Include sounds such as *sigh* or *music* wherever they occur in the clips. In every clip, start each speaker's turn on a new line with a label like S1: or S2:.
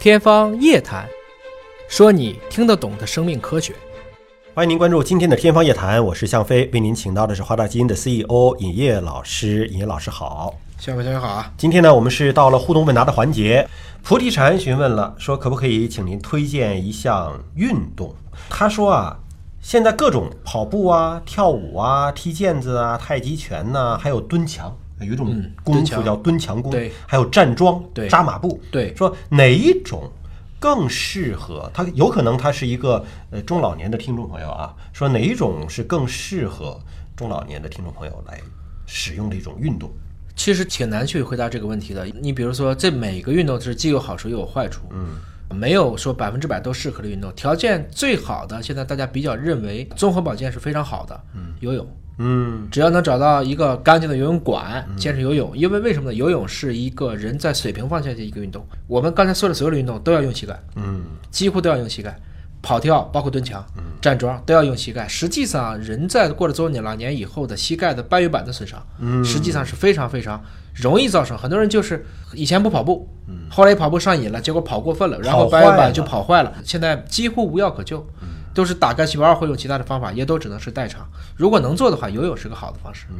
S1: 天方夜谭，说你听得懂的生命科学。
S2: 欢迎您关注今天的《天方夜谭》，我是向飞，为您请到的是华大基因的 CEO 尹烨老师。尹烨老师好，
S3: 向飞同学好啊！
S2: 今天呢，我们是到了互动问答的环节。菩提禅询问了，说可不可以请您推荐一项运动？他说啊，现在各种跑步啊、跳舞啊、踢毽子啊、太极拳呐、还有蹲墙，哎有一种功
S3: 蹲
S2: 夫
S3: 墙
S2: 叫蹲墙
S1: 嗯
S2: 功，
S1: 对
S2: 还有站桩、
S1: 对
S2: 扎马步，
S1: 对
S2: 说哪一种更适合他？有可能他是一个呃中老年的听众朋友啊，说哪一种是更适合中老年的听众朋友来使用的一种运动？
S1: 其实挺难去回答这个问题的。你比如说，这每个运动是既有好处又有坏处，嗯，没有说百分之百都适合的运动。条件最好的，现在大家比较认为综合保健是非常好的，嗯，游泳。
S2: 嗯，
S1: 只要能找到一个干净的游泳馆，坚持游泳，因为为什么呢？游泳是一个人在水平方向的一个运动。我们刚才说的所有的运动都要用膝盖，
S2: 嗯，
S1: 几乎都要用膝盖，跑跳包括蹲墙、站桩都要用膝盖。实际上，人在过了中年、老年以后的膝盖的半月板的损伤，
S2: 嗯
S1: 实际上是非常非常容易造成。很多人就是以前不跑步，后来跑步上瘾了，结果跑过分了，然后
S2: 嗯跑
S1: 半
S2: 坏
S1: 月板
S2: 了嗯
S1: 就跑坏了，现在几乎无药可救。都是打该细胞，会用其他的方法，也都只能是代偿。如果能做的话，游泳是个好的方式。
S2: 嗯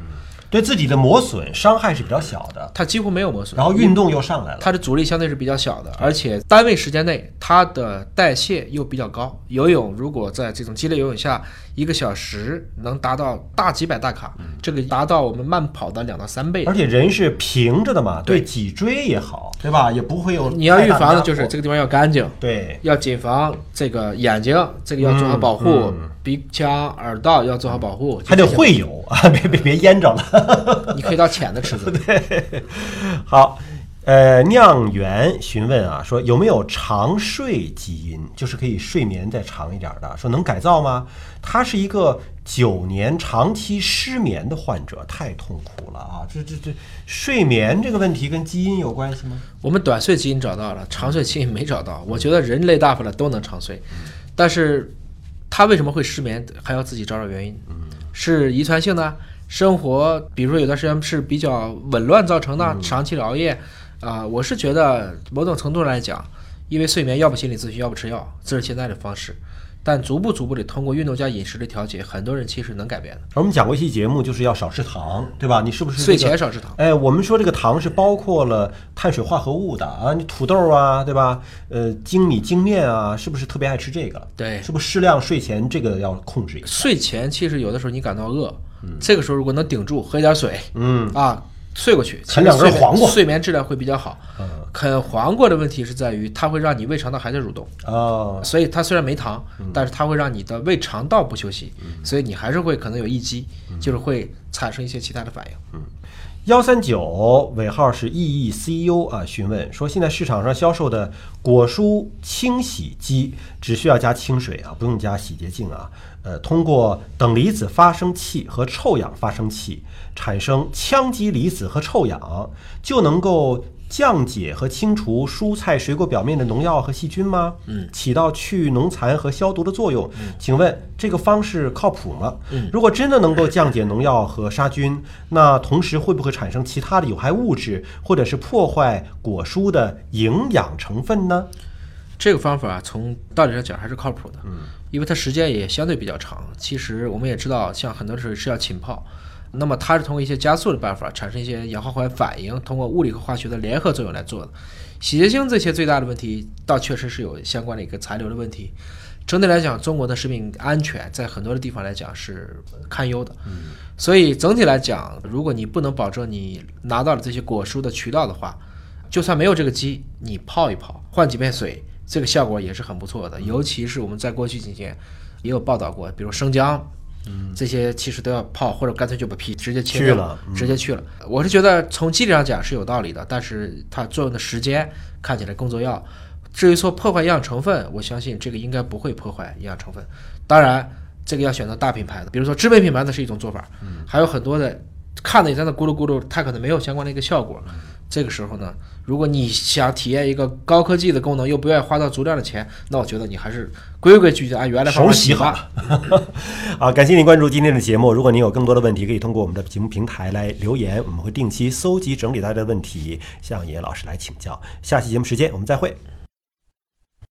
S2: 对自己的磨损伤害是比较小的，
S1: 它几乎没有磨损，
S2: 然后运动又上来了。
S1: 它的阻力相对是比较小的，而且单位时间内它的代谢又比较高。游泳如果在这种激烈游泳下，一个小时能达到大几百大卡，这个达到我们慢跑的两到三倍
S2: 嗯而。且人是平着的嘛，对脊椎也好，对吧？也不会有
S1: 你要
S2: 太
S1: 预
S2: 大
S1: 防的
S2: 压
S1: 就是
S2: 迫
S1: 这个地方要干净，
S2: 对，
S1: 要谨防这个眼睛，这个要做好保护，鼻腔、耳道要做好保护，
S2: 嗯还得会游啊，别别别淹着了。 *laughs*
S1: 你可以到浅的池子。
S2: 好，呃，酿园询问啊，说有没有长睡基因，就是可以睡眠再长一点儿的，说能改造吗？他是一个九年长期失眠的患者，太痛苦了啊！这这这，睡眠这个问题跟基因有关系吗？
S1: 我们短睡基因找到了，长睡基因没找
S2: 嗯
S1: 到。我觉得人类大部分都能长睡，但是他为什么会失眠，还要自己找找原因。
S2: 嗯
S1: 是遗传性的，生活比如说有段时间是比较紊乱造成
S2: 嗯
S1: 的，长期的熬夜啊、我是觉得某种程度来讲，因为睡眠要不心理咨询，要不吃药，这是现在的方式。但逐步逐步的通过运动加饮食的调节，很多人其实能改变的。
S2: 我们讲过一期节目，就是要少吃糖，对吧？你是不是、这个、
S1: 睡前少吃糖。
S2: 哎，我们说这个糖是包括了碳水化合物的啊，你土豆啊，对吧？呃，精米精面啊，是不是特别爱吃这个？
S1: 对
S2: 是不是适量睡前这个要控制一下？
S1: 睡前其实有的时候你感到饿，这个时候如果能顶住，喝一点水，嗯啊，睡过去，
S2: 啃两根
S1: 其实睡眠
S2: 黄瓜嗯
S1: 睡眠质量会比较好。啃黄瓜的问题是在于它会让你胃肠道还在蠕动，
S2: 哦，
S1: 所以它虽然没糖，
S2: 嗯
S1: 但是它会让你的胃肠道不休息，所以你还是会可能有易激，
S2: 嗯
S1: 就是会产生一些其他的反应。
S2: 幺三九尾号是 E E C U 啊，询问说现在市场上销售的果蔬清洗机只需要加清水啊，不用加洗洁精啊，呃，通过等离子发生器和臭氧发生器产生羟基离子和臭氧，就能够降解和清除蔬菜水果表面的农药和细菌吗？嗯，起到去农残和消毒的作用。请问这个方式靠谱吗？如果真的能够降解农药和杀菌，那同时会不会产生其他的有害物质，或者是破坏果蔬的营养成分呢？
S1: 这个方法从道理上讲还是靠谱的，嗯，因为它时间也相对比较长。其实我们也知道，像很多水是要浸泡，那么它是通过一些加速的办法产生一些氧化还原反应，通过物理和化学的联合作用来做的。洗洁精这些最大的问题，倒确实是有相关的一个残留的问题。整体来讲，中国的食品安全在很多的地方来讲是堪忧的，嗯，所以整体来讲，如果你不能保证你拿到了这些果蔬的渠道的话，就算没有这个鸡，你泡一泡，换几遍水，这个效果也是很不错的。尤其是我们在过去几年也有报道过，比如生姜，这些其实都要泡，或者干脆就把皮直接切
S2: 嗯去
S1: 掉
S2: 了嗯
S1: 直接去了。我是觉得从机理上讲是有道理的，但是它作用的时间看起来更重要。至于说破坏营养成分，我相信这个应该不会破坏营养成分。当然，这个要选择大品牌的，比如说知名品牌的是一种做法，
S2: 嗯
S1: 还有很多的看的也在那咕噜咕噜，它可能没有相关的一个效果。这个时候呢，如果你想体验一个高科技的功能，又不愿意花到足量的钱，那我觉得你还是规规矩矩地按原来方法
S2: 手洗
S1: 洗吧。
S2: 啊，感谢您关注今天的节目。如果您有更多的问题，可以通过我们的节目平台来留言，我们会定期搜集整理大家的问题，向野老师来请教。下期节目时间我们再会。